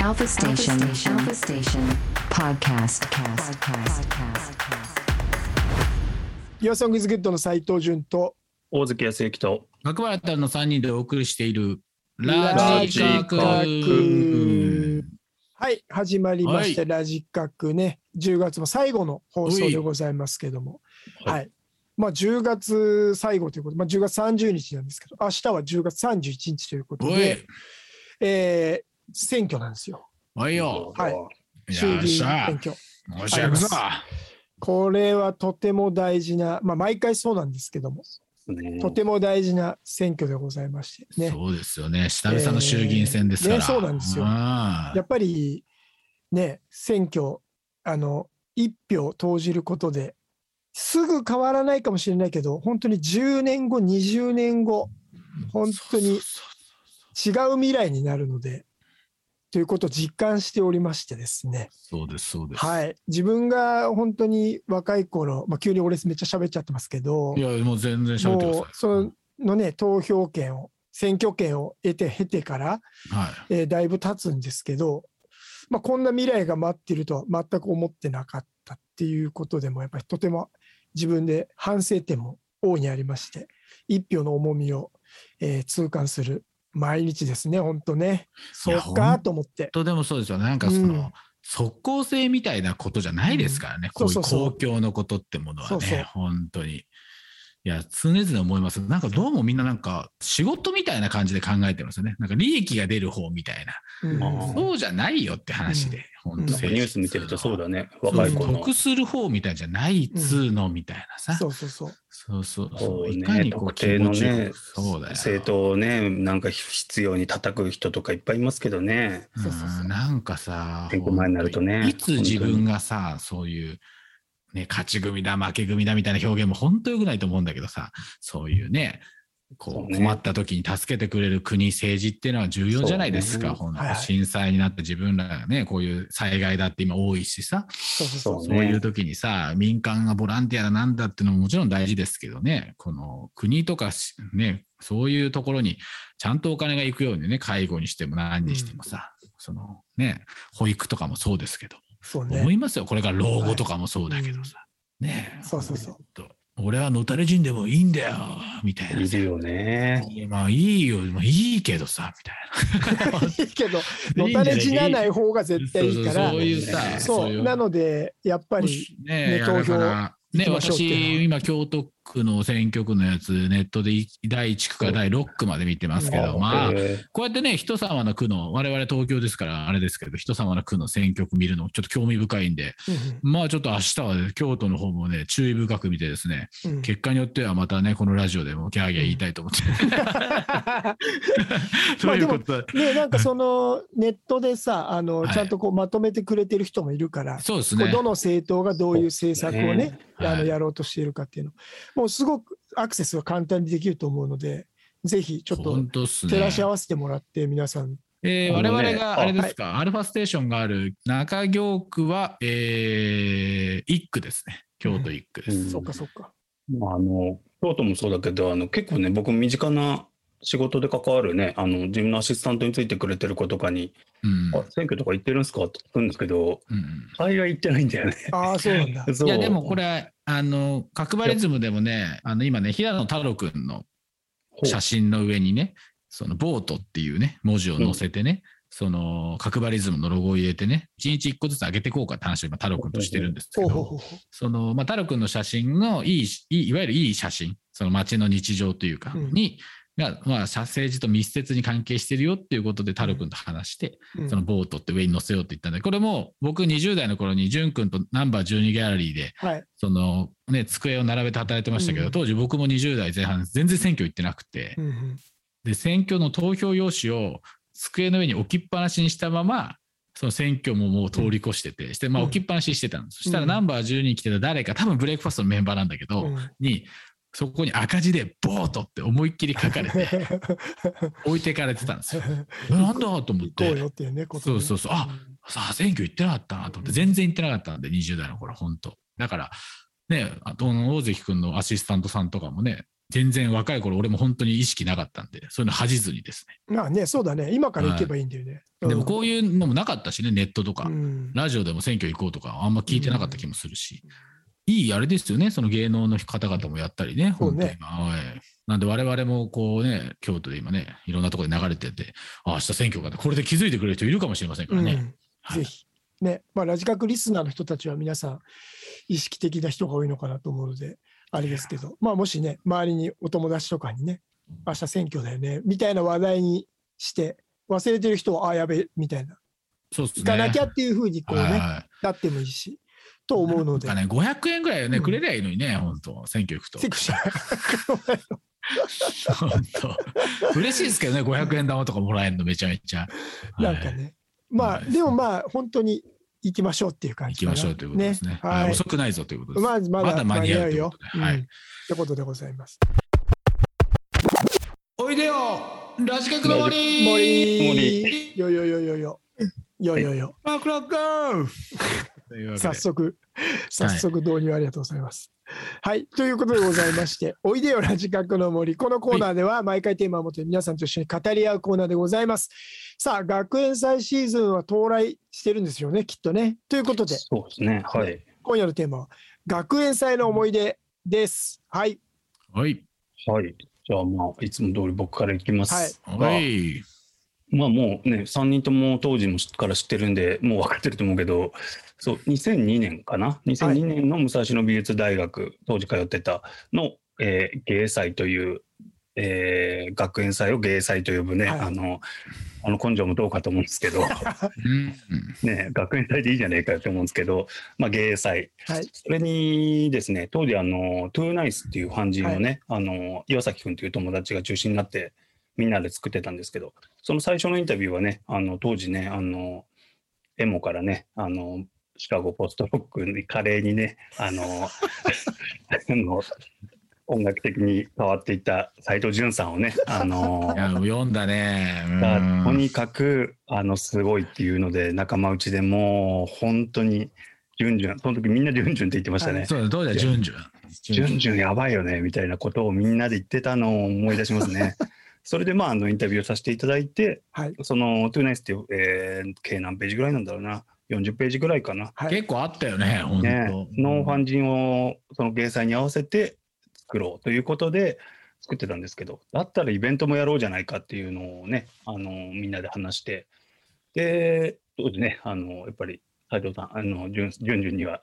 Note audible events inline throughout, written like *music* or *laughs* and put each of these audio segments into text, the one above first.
Alpha Station. Alpha Station. Podcast. Podcast. 岩ソングズグッドの斉藤潤と大関康之と学原たるの3人でお送りしているララジジカカククはい始まりました、はラジカクね10月も最後の放送でございますけどもはいはいまあ10月最後ということで、まあ、10月30日なんですけど明日は10月31日ということおでい、えー選挙なんですよおいよ。はいよっ議し員ゃ選。挙おしゃくぞ。これはとても大事なまあ毎回そうなんですけどもねとても大事な選挙でございましてねそうですよね。久々の衆議院選ですかえーら。ねそうなんですよあやっぱりね、選挙、あの、一票投じることで、すぐ変わらないかもしれないけど、本当に10年後、20年後、本当に違う未来になるので、ということを実感しておりましてですね。そうです、そうです。はい。自分が本当に若い頃、まあ、急に俺めっちゃ喋っちゃってますけど、いや、もう全然喋ってくだもうさい。そのね、投票権を、選挙権を得て、経てから、はい。えーだいぶ経つんですけど、まあ、こんな未来が待ってるとは全く思ってなかったっていうことでもやっぱりとても自分で反省点も大いにありまして一票の重みを、えー痛感する毎日ですね本当ねそやうかと思ってとでもそうですよね。なんかその、うん即効性みたいなことじゃないですからね、うんこういそううそうそう公共のことってものはそね、うそう本当に。いや、常々思います。なんかどうもみんななんか仕事みたいな感じで考えてますよね。なんか利益が出る方みたいな。うんあーそうじゃないよって話で、本当なんかニュース見てるとそうだね若若いい子の得する方みたいじゃないっつうのみたいなさ、そうそうそうそうそうそこうういねかにこう特気定の持ちよくねそうだよ政党をねなんか必要に叩く人とかいっぱいいますけどねそうそうそううんなんかさ選挙前になるとねいつ自分がさそういう、ね、勝ち組だ負け組だみたいな表現も本当よくないと思うんだけどさそういうねそこううね困った時に助けてくれる国、政治っていうのは重要じゃないですか、そうねほんとはいはい震災になって自分らがねこういう災害だって今多いしさ、そうそうそうそうそういう時にさ、民間がボランティアだなんだっていうのももちろん大事ですけどね、この国とかしね、そういうところにちゃんとお金が行くようにね、介護にしても何にしてもさ、そのね、保育とかもそうですけど、そう思ねいますよ、これから老後とかもそうだけどさ、ねえそうそうそうほんと俺は野垂れ人でもいいんだよ、みたいな。いるよねいやまあいいよ、まあいいけどさ、みたいな。いいけどのたれ死なない方が絶対いいからそうそうそういうさ、そういうなのでやっぱもりしねね投投票票行ねきましょうっていうのは私今京都区の選挙区のやつネットでい第1区から第6区まで見てますけうどまあえこうやってね人様の区の我々東京ですからあれですけど人様の区の選挙区見るのちょっと興味深いんでうんまあちょっと明日はね京都の方もね注意深く見てですねうん結果によってはまたねこのラジオでもギャーギャー言いたいと思って *laughs* ということでね、*laughs* なんかそのネットでさ、あのはいちゃんとこうまとめてくれてる人もいるから、そうですこうねどの政党がどういう政策をね、はいあのやろうとしているかっていうの、もうすごくアクセスは簡単にできると思うので、ぜひちょっと本当っすね照らし合わせてもらって、皆さん、えーあ我のね々がああれですか、アルファステーションがある中京区は、えー、1区ですね。京都1区です。うんそっかそっか。まああの京都もそうだけどあの結構ね僕身近な仕事で関わるねあの自分のアシスタントについてくれてる子とかにうん「あ選挙とか行ってるんですか?」って聞くんですけどうん大概行ってないんだよね。ああ、そうなん *laughs* だ。そういやでもこれあの角張リズムでもねあの今ね平野太郎くんのほう写真の上にねそのボートっていうね文字を載せてね、その角張リズムのロゴを入れてね1日1個ずつ上げていこうかって話を今太郎くんとしてるんですけほうど、ほうほうほその、まあ、太郎くんの写真のいいし、いいいわゆるいい写真、その街の日常というか、うんに、が、まあ、写政治と密接に関係してるよっていうことで太郎くんと話して、ううんそのボートって上に乗せようって言ったんで、これも僕20代の頃に淳くんとナンバー12ギャラリーで、はい。そのね、机を並べて働いてましたけど、うん当時僕も20代前半全然選挙行ってなくて、うんうんで、選挙の投票用紙を机の上に置きっぱなしにしたまま、その選挙ももう通り越してて、して、まあうん置きっぱなしにしてたの。そしたうらんナンバー12に来てた誰か、多分ブレイクファストのメンバーなんだけど、うんに、そこに赤字でボートって思いっきり書かれて、 *laughs* 置いてかれてたん *laughs* ですよ。えなんだと思行こっうて。よっていうね、ことそねうそうそう。あ、さあ選挙行ってなかったなと思って、全然行ってなかったんで、20代の頃、本当だから、ね、あと、大関君のアシスタントさんとかもね、全然若い頃、俺も本当に意識なかったんで、そういうの恥じずにですまあね、そうだね。今から行けばいいんだよね。ね。でもこうういうのもなかったしね、ネットとかん、うんラジオでも選挙行こうとか、あんま聞いてなかった気もするし、いいあれですよね、その芸能の方々もやったりね、そう本当にね今、はいなんで我々もこうね、京都で今ね、いろんなところで流れてて、あ明日選挙かって、これで気づいてくれる人いるかもしれませんかうらんね。はいぜひ。ね、まあ、ラジカクリスナーの人たちは皆さん、意識的な人が多いのかなと思うので、あれですけど、まあ、もしね、周りにお友達とかにね、明日選挙だよね、みたいな話題にして、忘れてる人は、ああ、やべ、みたいな、そうですね。行かなきゃっていうふうに、こうね、はいはいなってもいいし、と思うのでな。んかね、500円ぐらいはね、うんくれりゃいいのにね、本当選挙行くと。セクシー本当嬉しいですけどね、500円玉とかもらえるのめちゃめちゃ。なんかはいね、まあ、はいでもまあ、本当に行きましょうっていう感行じきかなましょうということですね。はいはい遅くないぞということです。まあ、まだまだ間に合うというよことで。はいうんってことでございます。おいでよラジカクの森森よよよよよよよよマクロックというわ *laughs* けで早速早速導入ありがとうございます。はい、ということでございまして *laughs* 「おいでよラジカクの森」このコーナーでは毎回テーマをもとに皆さんと一緒に語り合うコーナーでございます。さあ学園祭シーズンは到来してるんですよねきっとね。ということでそうですね。はい。今夜のテーマは「学園祭の思い出」です。はいはい。はい。じゃあまあ、いつも通り僕からいきます。はい。まあもうね、3人とも当時もから知ってるんで、もう分かってると思うけど、そう、2002年かな。2002年の武蔵野美術大学、当時通ってたの、えー芸祭という、えー学園祭を芸祭と呼ぶね、はいあの、あの根性もどうかと思うんですけど、うん。ね、学園祭でいいじゃねえかよって思うんですけど、まあ芸祭。はいそれにですね、当時あの、トゥーナイスっていうファンジンをね、あの、岩崎くんという友達が中心になって、みんなで作ってたんですけど、その最初のインタビューはね、あの、当時ね、あの、エモからね、あの、シカゴポストロックに華麗にね、あ *laughs* の、あの音楽的に変わっていった斎藤潤さんをね、あのい、や、読んだね。うんがとにかくあのすごいっていうので仲間内でもう本当にジュンジュンその時みんなジュンジュンって言ってましたね、そうだ、当時は順序。ジュンジュンやばいよねみたいなことをみんなで言ってたのを思い出します *laughs* ねそれでまああのインタビューをさせていただいてはいその「トゥーナイス」っていう、えー計何ページぐらいなんだろうな40ページぐらいかな、はい結構あったよね、本当。ね、ノンファンジンをその芸祭に合わせて作ろうということで作ってたんですけどだったらイベントもやろうじゃないかっていうのをねあのみんなで話してで当時ねあのやっぱり斉藤さんあの順順々には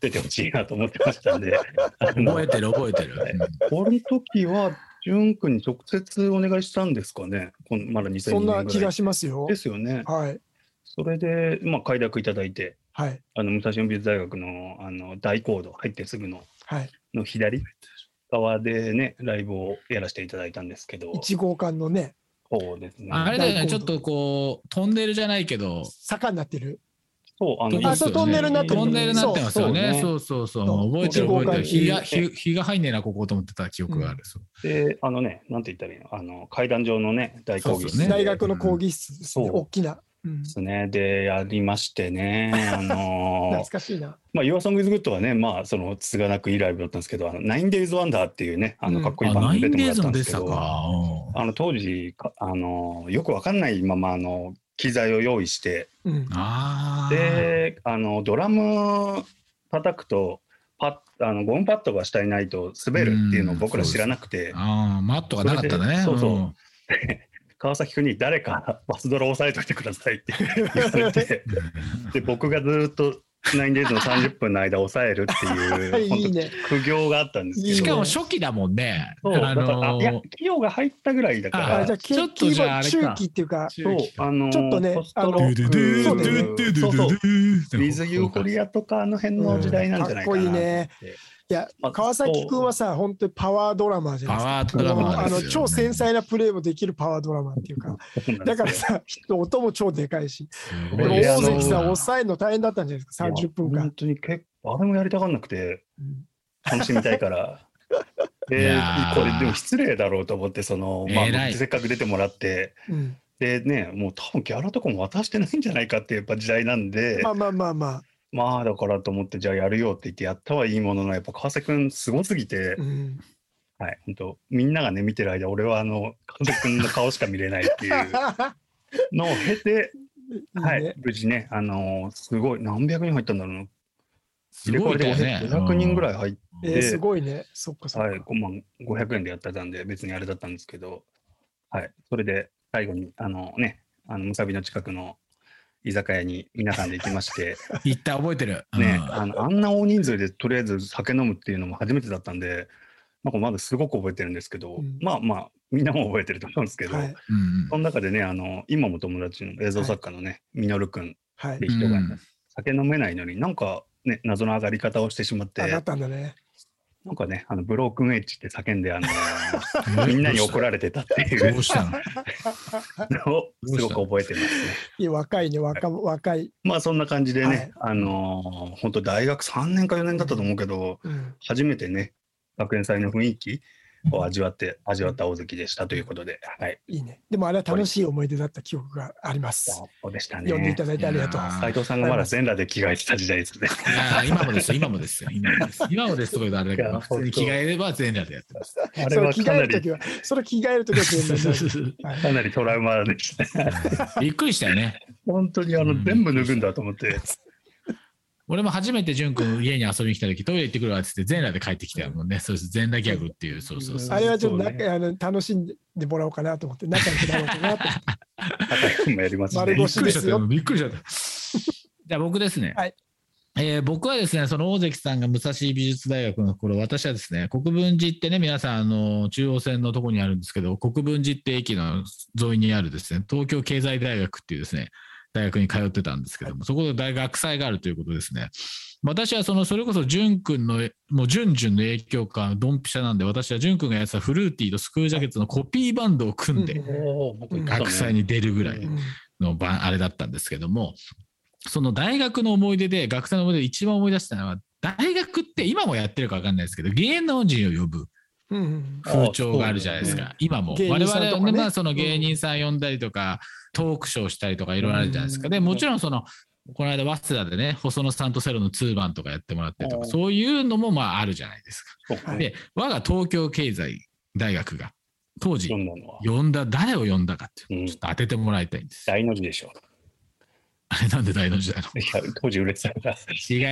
出てほしいなと思ってましたん *laughs* であ覚のえてる、覚えてる。 *laughs* はいうんこの時は淳君に直接お願いしたんですかねこのまだ2002年そんぐらない気がしますよで。すよね。はいそれで、まあ、快諾いただいてはいあの武蔵野美術大学のあの大講堂入ってすぐのはいの左側でね、ライブをやらせていただいたんですけど、 1号館のねそうですね。あれだよね、大根ちょっとこう、トンネルじゃないけど、坂になってるそう、あの、あそうトンネルになってるトンネルになってますよね。そそうそうそう。もう覚えてるそう覚えてる。日が、一号日日が入んねえな、ここと思ってた記憶がある。そうで、あのね、なんて言ったらいいの、あの階段上のね、大講義そうそうね大学の講義室ですねそう大きな。うんですね。で、やりましてね、あの *laughs* 懐、かしいな。まあ、Your Song is Good はね、まあ、その、つがなくいいライブだったんですけど、あの、Nine Days Wonder っていうね、あうの、んかっこいいあ、バナンイドンに出てデもらっイズたもんで出すてけたど、か。うんあの、当時、かあの、よくわかんないまま、あの、機材を用意して、うんああ。であのドラム叩くとパッあのゴムパッドが下にないと滑るっていうのを僕ら知らなくてああ、マットがなかったんだね。それでそうそうん川崎君に誰かバスドラ押さえといてくださいって言われ *laughs* てで僕がずっと「ナインデイズの30分の間抑えるって *laughs* いういい本ね。当苦行があったんですけどしかも初期だもんね。そうだからあいやー企業が入ったぐらいだかああらじゃあ、ち景ょっと気じゃあもあれ中か期っていうか、中そうあのちょっとねポストロッあクのそうだよそうそうウ水着をコリアとかあの辺の時代なんじゃないかなと思ってうんかっいやまあ、川崎君はさ、本当にパワードラマーじゃないパですか。ワードラマなんあですよの超繊細なプレーもできるパワードラマーっていうか、そうなんでだすよからさ、きっと音も超でかいし、すでごもい大関さんそう抑えるの大変だったんじゃないですか、30分いや本間。当に結構、あれもやりたがんなくて、楽しみたいから。いでや、ーこれでも失礼だろうと思って、その、まあ、偉いせっかく出てもらって、うんうんでね、もう多分ギャラとかも渡してないんじゃないかってやっぱ時代なんで、ままあまああ、まあまあ。 *laughs* だからと思って、じゃあやるよって言ってやったはいいものの、やっぱ川瀬くんすごすぎてう、んはい、本当みんながね、見てる間、俺はあの、監督君の顔しか見れないっていうのを経 *laughs* て、 *laughs* はい、ね無事ね、あのーすごい、何百人入ったんだろうな。すごいだよね。 500人ぐらいい。入っえーて、すごいね。そっかそっか。はい、5万500円でやってたんで、別にあれだったんですけど、はい、それで最後に、あのね、あのむさびの近くの居酒屋に皆さんで行きま *laughs* して、行った覚えてる。ね、うんあのあんな大人数でとりあえず酒飲むっていうのも初めてだったんで、なんかまだすごく覚えてるんですけど、うんまあまあ、みんなも覚えてると思うんですけど、はい。うんその中でね、あの今も友達の映像作家のね、みのるくんっはいて。うん。人が、うん酒飲めないのになんか、ね、謎の上がり方をしてしまって、上がったんだね。なんかね、あのブロークンエッジって叫んで、あのみんなに怒られてたっていうどうしたののをすごく覚えてますね。いい若いね、若若い。まあそんな感じでね、あのー本当大学3年か4年だったと思うけど、うん初めてね、学園祭の雰囲気を味わって、味わった大関でしたということで、はい。いいね。でもあれは楽しい思い出だった記憶があります。そうでした読んでいねた。だいてありがとうい。や斉藤さんがまだ全裸で着替えてた時代ですね。いやー今もですよ、今もですよ、今もです。今もですとか言うとあれだけいど、や普通に着替えれば全裸でやってます。 *laughs* あれそれは着か替えなるとりき、は、それ着替えるときは *laughs* 全然大丈夫はかなりトラウマでした。びっくりしたよね。本当にあうの、ん全部脱ぐんだと思って、俺も初めて淳君家に遊びに来た時、トイレ行ってくるわって言って全裸で帰ってきたもんね。そうです、全裸ギャグっていう、そうそういそう。あれはちょっとそうね仲あの楽しんでもらおうかなと思って、仲良くなろうかなと思って。高井君もやります丸ねび。腰っくりしちゃった。びっくりしちゃった。 *laughs* じゃあ僕ですね。はいえー僕はですね、その大関さんが武蔵美術大学の頃、私はですね、国分寺ってね、皆さん、あの、中央線のとこにあるんですけど、国分寺って駅の沿いにあるですね、東京経済大学っていうですね、大学に通ってたんですけども、そこで大学祭があるということですね。私はその、それこそ淳君の、もう淳淳の影響か、ドンピシャなんで、私は淳君がやってたフルーティーとスクールジャケットのコピーバンドを組 *laughs* んで、おー僕行ったね学祭に出るぐらい。うんのばあれだったんですけども、その大学の思い出で、学生の思い出で一番思い出したのは、大学って今もやってるか分かんないですけど、芸能人を呼ぶうん風潮があるじゃないですあか、今も。芸我人さ々んとかねはね、まあ、その芸人さん呼んだりとか、トークショーしたりとか、いろいろあるじゃないですか。うんでもちろんそのこの間、早稲田でね、細野さんとセロのツーバンとかやってもらってとか、うんそういうのもまああるじゃないですか。そうかで、我が東京経済大学が、当時そ、んなのは。呼んだ、誰を呼んだかっていうのをちょっと当ててもらいたいんです。大の字でしょ。あれなんで大の時代のいや当時売れてたから。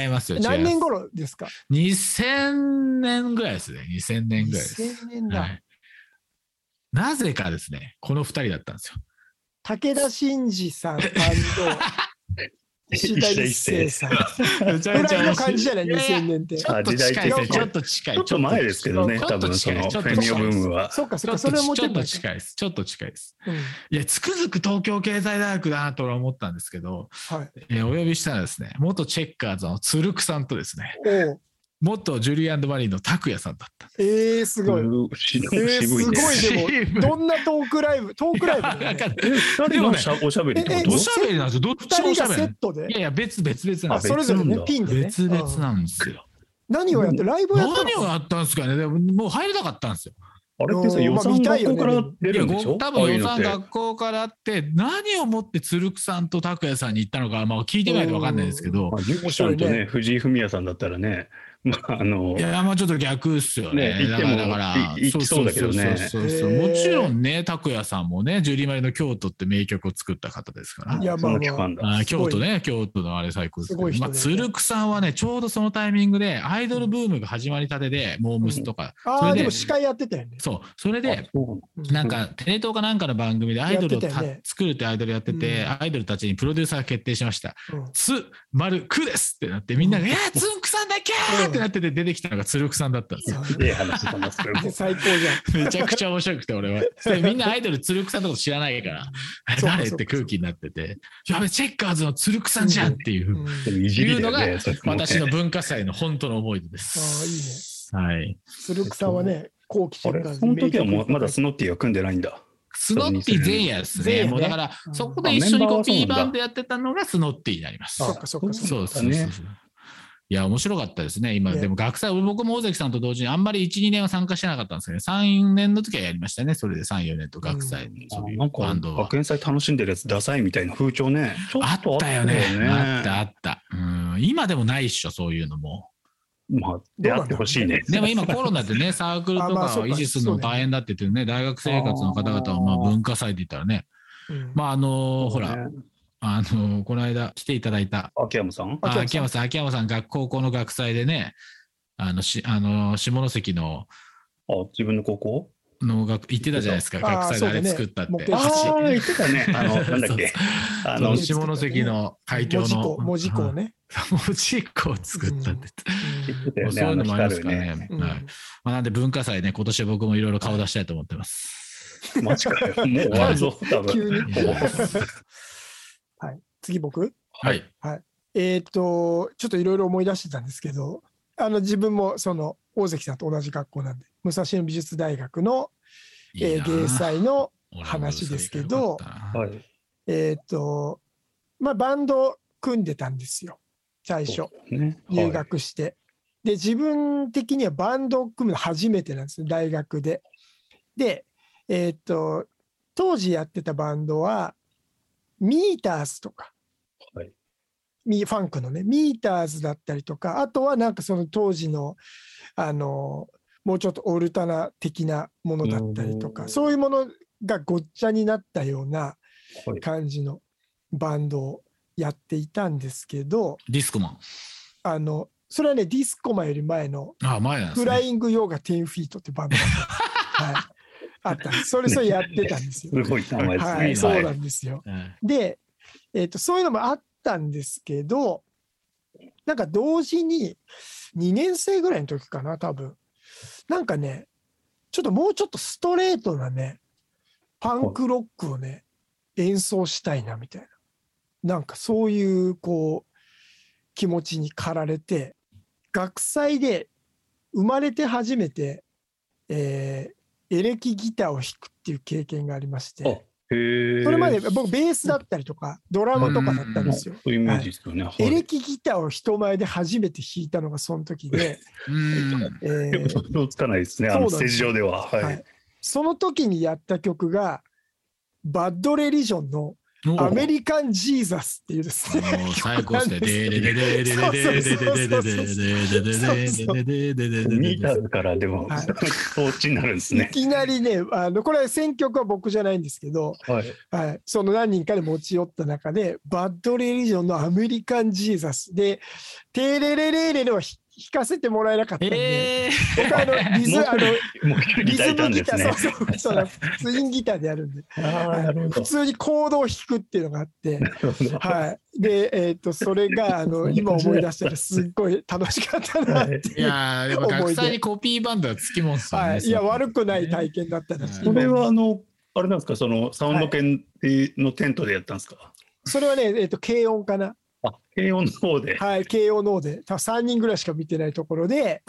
違いますよ。違います何年頃ですか ?2000 年ぐらいですね。2000年ぐらいです。 ?2000 年はだ。い、なぜかですね、この2人だったんですよ。 *laughs* 武田真治さんと石田一生さん。めちぐらいの感じじゃない ?2000 年ってち。ょっと近いですね。ちょっと近い。ちょっと前ですけどね、ちょっ多と分そのフちょっとェミオブームは。そうか、ちそうか、ょっそとれもちょっとい。近いです。ちょっと近いです。うんいや、つくづく東京経済大学だなと俺は思ったんですけど、はい。えーお呼びしたらですね、元チェッカーズの鶴久さんとですね、おう元ジュリーマリーの拓也さんだったんです。えー、すごい。うん渋えー渋いね。すごいで *laughs* も、 *laughs* どんなトークライブ、トークライブだよなねんか二人がおしゃおしゃべりってえこえとおしゃべりなんですよ。どっちも二おし人ゃがべセりッ。トでい、やいや、別、別、別なんあですそれぞれ別なんね、だピンでね。別々うんなんですよ。何をやって、ライブをやった何をやったんですかね、でももう入れなかったんですよ。あれってさ、うん予まあ算見たい学よね校から出るんでしょ多ああい分う予のっ算て学校からあって、何をもって鶴久さんと拓也さんに行ったのか、まあ、聞いてみないと分かんないですけどま、あ、ゆうこちゃんとね、藤井フミヤさんだったらね、まあ、あのい、や、まあちょっと逆っすよね。ね行ってもだから、い行きそうだけどねそうそうそうそうへーもちろんね、拓也さんもね、ジュリマリの京都って名曲を作った方ですから。いやそまあの期間だ。あーすご京い都ね、京都のあれ最高ですけどすごい人まだよねあ、鶴久さんはね、ちょうどそのタイミングで、アイドルブームが始まりたてで、モームスとか、あそあ、れでも司会やってたよね。そう、それあで、そううんなんか、テレ東かなんかの番組でアイドルをたやってたよね作るってアイドルやってて、アイドルたちにプロデューサーが決定しました。うんつ、丸、くですってなって、みんなが、いやー、つんくさんだけうーんってなってて出てきたのがつるくさんだったんですよ。ええ話してますけ *laughs* ど。最高じゃん。めちゃくちゃ面白くて、俺は。でみんなアイドルつるくさんのこと知らないから、あれそうか誰っそうかて空気になってて、やべ、チェッカーズのつるくさんじゃんっていう。うんでもいじりだよいうのね、それもね私の文化祭の本当の思い出です。はい。鶴久さんはね、後期あ中れ、その時はもうまだスノッティは組んでないんだ。スノッティ前夜です前夜ね。ねもうだから、うんそこで一緒にコピーバンドやってたのがスノッティになります。そっかそっかそっか。そうそうそうそう。いや、面白かったですね。今、ねでも学祭、俺僕も大関さんと同時にあんまり1、2年は参加してなかったんですけど、3年の時はやりましたね。それで3、4年と学祭に、そういうなんかバンドは学園祭楽しんでるやつダサいみたいな風潮ね。ちょあとったよね。あったあった。うん今でもないっしょ、そういうのも。まあ、出会ってほしいね。でも今コロナで *laughs* ね、サークルとあかまあそうをか維持するの大変だって言ってね、大学生活の方々はまあ文化祭って言ったらね、うんまああのーほら、ね。あのーこの間来ていただいた、秋山さんあ秋秋山山さん、秋山さんが高校の学祭でね、あの、しあのー下関のあ、自分の高校農学、行ってたじゃないですか、あー学祭であそうだれね作ったっもうて。ああーあ、言ってたね。 *laughs* あの、なんだっけ。あそのう、下関の海峡文字の工。文字工 *laughs* うん。ね。文字工を作ったって言って。言ってたよもうそね。ういうのもありまのす光からるね。うんはいまあ、なんで文化祭ね、今年は僕もいろいろ顔出したいと思ってます。マジかよ。 *laughs* もう終わるぞ、多分。 *laughs* *laughs* 急にもうはい、次僕はい。えっ、と、ちょっといろいろ思い出してたんですけど、あの自分もその大関さんと同じ学校なんで、武蔵野美術大学のえー芸祭の、話ですけどは。はいい。えっ、と、まあ、バンド組んでたんですよ、最初、ね。入学して。で、自分的にはバンドを組むの初めてなんですよ、大学で。で、えっ、と、当時やってたバンドは、ミーターズとか、はい。はいミファンクのね、ミーターズだったりとか、あとはなんかその当時の、あの、もうちょっとオルタナ的なものだったりとうか、んそういうものがごっちゃになったようなはい。感じのバンドをやっていたんですけど、ディスコマン。あの、それはね、ディスコマより前のあ、前なんです、ね。フライングヨーガ10フィートってバンドが、はい、あったんです。それ *laughs* それやってたんですよ。すごい名前ですね。はい、そうなんですよ。うんで、えー、とそういうのもあったんですけどなんか同時に2年生ぐらいの時かな多分なんかねちょっともうちょっとストレートなねパンクロックをね演奏したいなみたいななんかそういうこう気持ちに駆られて学祭で生まれて初めて、えーエレキギターを弾くっていう経験がありまして。あへえ。それまで僕ベースだったりとかドラムとかだったんですよ。そういうイメージですよね。エはレいキギターを人前で初めて弾いたのがその時 *laughs* で、うん。えー想像つかないですね、あのそスうなんテでーすジ上では。ははいい。その時にやった曲が「バッド・レリジョン」の「アメリカン・ジーザス」っていうですねもう最高ですね。でででででででででででででででででででミーターズからでも、はいそっちになるんですいね。きなりねあのこれは選曲は僕じゃないんですけど、はい。はい、その何人かで持ち寄った中で、バッドレリジョンのアメリカンジーザスで、テレレレレレを弾かせてもらえなかったんで、え僕はあの *laughs* リズもうあのもう一人リギターズいたムんギでター、そすね。うそうそうなんです、ツインギターでやるんで、 *laughs* ああー、なるほ普ど。通にコードを弾くっていうのがあって、はい、で、えっとそれがあ *laughs* の今思い出したら、すっごい楽しかったなってー、いいう、やー、でも学祭にコピーバンドはつきもんっすよはね。い、いや、悪くない体験だったなはい今そ思えればは、あの、あれなんですか、その、サウンド犬のテントでやったんですか。それはね、えっと軽音かな。あ、軽音の方で。はい、慶応の方で、多分3人ぐらいしか見てないところ *laughs* で、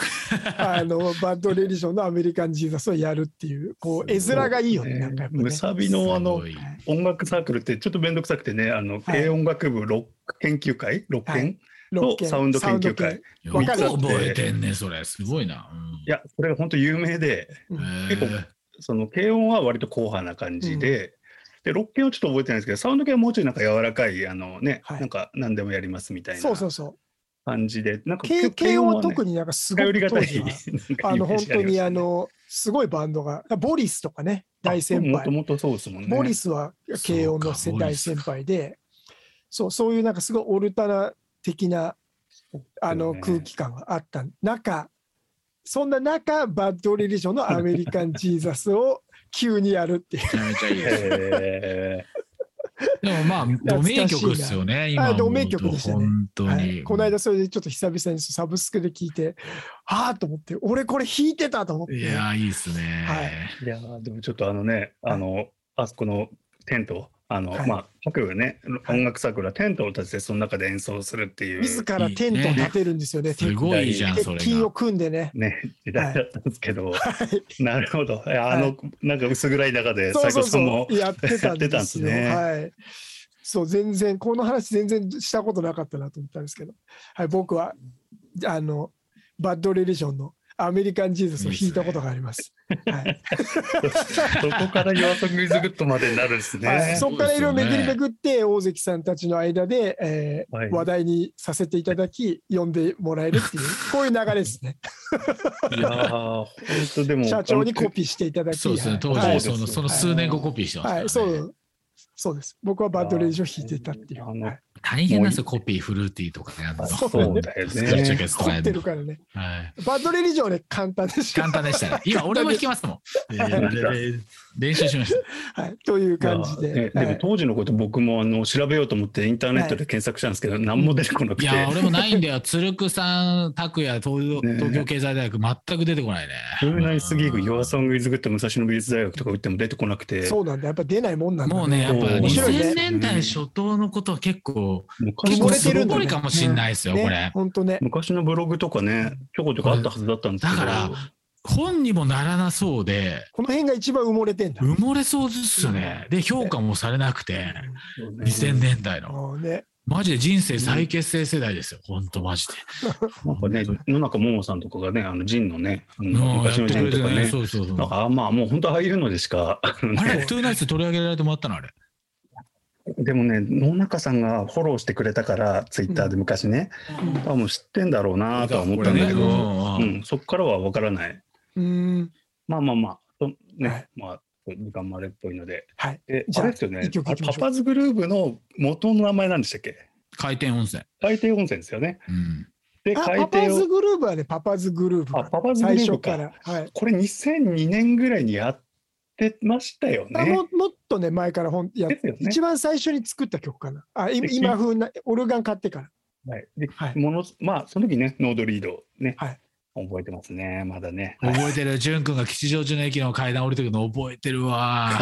あのバッドレリジョンのアメリカン・ジーザスをやるっていう、こう絵面がいいよね、なんかやっぱ、ねむ。さびのあのすごい音楽サークルってちょっと面倒くさくてね、あの軽音楽部ロック研究会、ロック研ロッとケンサウンド研究会。い。よく覚えてんね、それ。すごいな。や、これが本当有名で、うんえー、その軽音は割と硬派な感じで、で、ロック系はちょっと覚えてないんですけど、サウンド系はもうちょいなんか柔らかい、あのね、はいなんか何でもやりますみたいなそうそうそう。感じで、なんか慶慶応は特にになんかすご頼りくがた当い時は、なんかあイ *laughs* メのー本ジ当にありますねの、すごいバンドが、大リスとかね、大先もと輩。もとそうですもんね。ボリスは慶応のそうか大先輩で、そう、そういうなんかすごいオルタナ的なあのね空気感があった中、そんな中、バッドレリジョンのアメリカン・ジーザスを急にやるっていう。めちゃめちゃいいです。へでもまあ、かドしい名な曲ですよね、あ今思うと。ド名曲でしたね本当に。はいこの間、それでちょっと久々にサブスクで聞いて、ああと思って、俺これ弾いてたと思って。いやー、いいですね。はいーいやーでもちょっとあのね、あの、あそこのテント、あの、はいまあ、各ね、はい音楽サークルはテントを立てて、その中で演奏するっていう。自らテントを立てるんですよね。すごいじゃん、鉄それ筋がを。組んでね。ね、時代だったんですけど、いなるほど、いやあの、なんか薄暗い中で、そう斎そう藤さそんもう。やってたんやってたんでですすよ。ねはい。そう、全然、この話全然したことなかったなと思ったんですけど、はい、僕は、あの、バッドレリジョンのアメリカンジーズスを弾いたことがあります。 *laughs* はい *laughs* そこから夜遊びズグッドまでになるんですはい、ね。そこからいろいろ巡りそうですよね巡って、大関さんたちの間で、えーはい話題にさせていただき、呼んでもらえる *laughs* っていう、こういう流れですね。いやー、本当でも、社長にコー。ピーしていただき、そうですね、当は時、いそそうでのすその数年後コピーしてましたかはらねい、そう、そうです。僕はバッドレージを弾いてたっていう。あのはい大変なんですよ、コピー、フルーティーとかやるの。そうだよめちゃね。くちゃ凝使えってるるのからね。はいバッドレージはね、簡単でした。簡単でした *laughs* ね。今、俺も弾きますもん。えー練習しましはい、という感じいやねで。ではもい当時のこと僕もあの調べようと思ってインターネットで検索したんですけど、何も出てこなくた。いて。や、俺もないんだよ。鶴久さん、拓也、東ねえ東京経済大学、全く出てこないね。トゥーナイスギーグ、ヨアソングイズグッド、武蔵野美術大学とか打っても出てこなくて、そうなんだ、やっぱ出ないもんなんだ。もうね、やっぱ面白いね2000年代初頭のことは結構、もう昔の結構埋もれすてるんだごねいかもしんないですよ、これね、。本当ね。昔のブログとかね、ちょこちょこあったはずだったんですけど、だから本にもならなそうで、この辺が一番埋もれてんだ。埋もれそうですよね。で、評価もされなくて、そうね2000年代の。もうね、マジで人生再結成世代ですよ。ほんとマジで。なんかね、野中桃さんとかがね、あのジンのね、あうんの昔のジンとかね、そうそうそう。なんかあまあもう本当ああいうのでしか、あれ、トゥーナイツ取り上げられてもらったのあれ。 *laughs* でもね、野中さんがフォローしてくれたから、ツイッターで昔ね、多分知ってんだろうなとは思ったんだけこれど、ねうん、そこからは分からない。うーん、まあまあまあ、そはねい、まあ、時間もあれっぽいので。はい。えじあゃあれですよね一曲いきましょうパパズグルーブの元の名前なんでしたっけ回転温泉。海底温泉ですよね。うん。で、あ海パパ底ズを。グルーブはね、パパズグルーブあ、が。パパズグル最ー初ブか。。からはい。これ2002年ぐらいにやってましたよあもね。もっとね、前から本やっですよね一。番最初に作った曲かな。あ、いで今風な、オルガン買ってから。はい。で、はいもの、まあ、その時ね、ノードリードね。はい覚えてますね、まだね。覚えてる、淳君が吉祥寺の駅の階段降りてくるの覚えてるわ。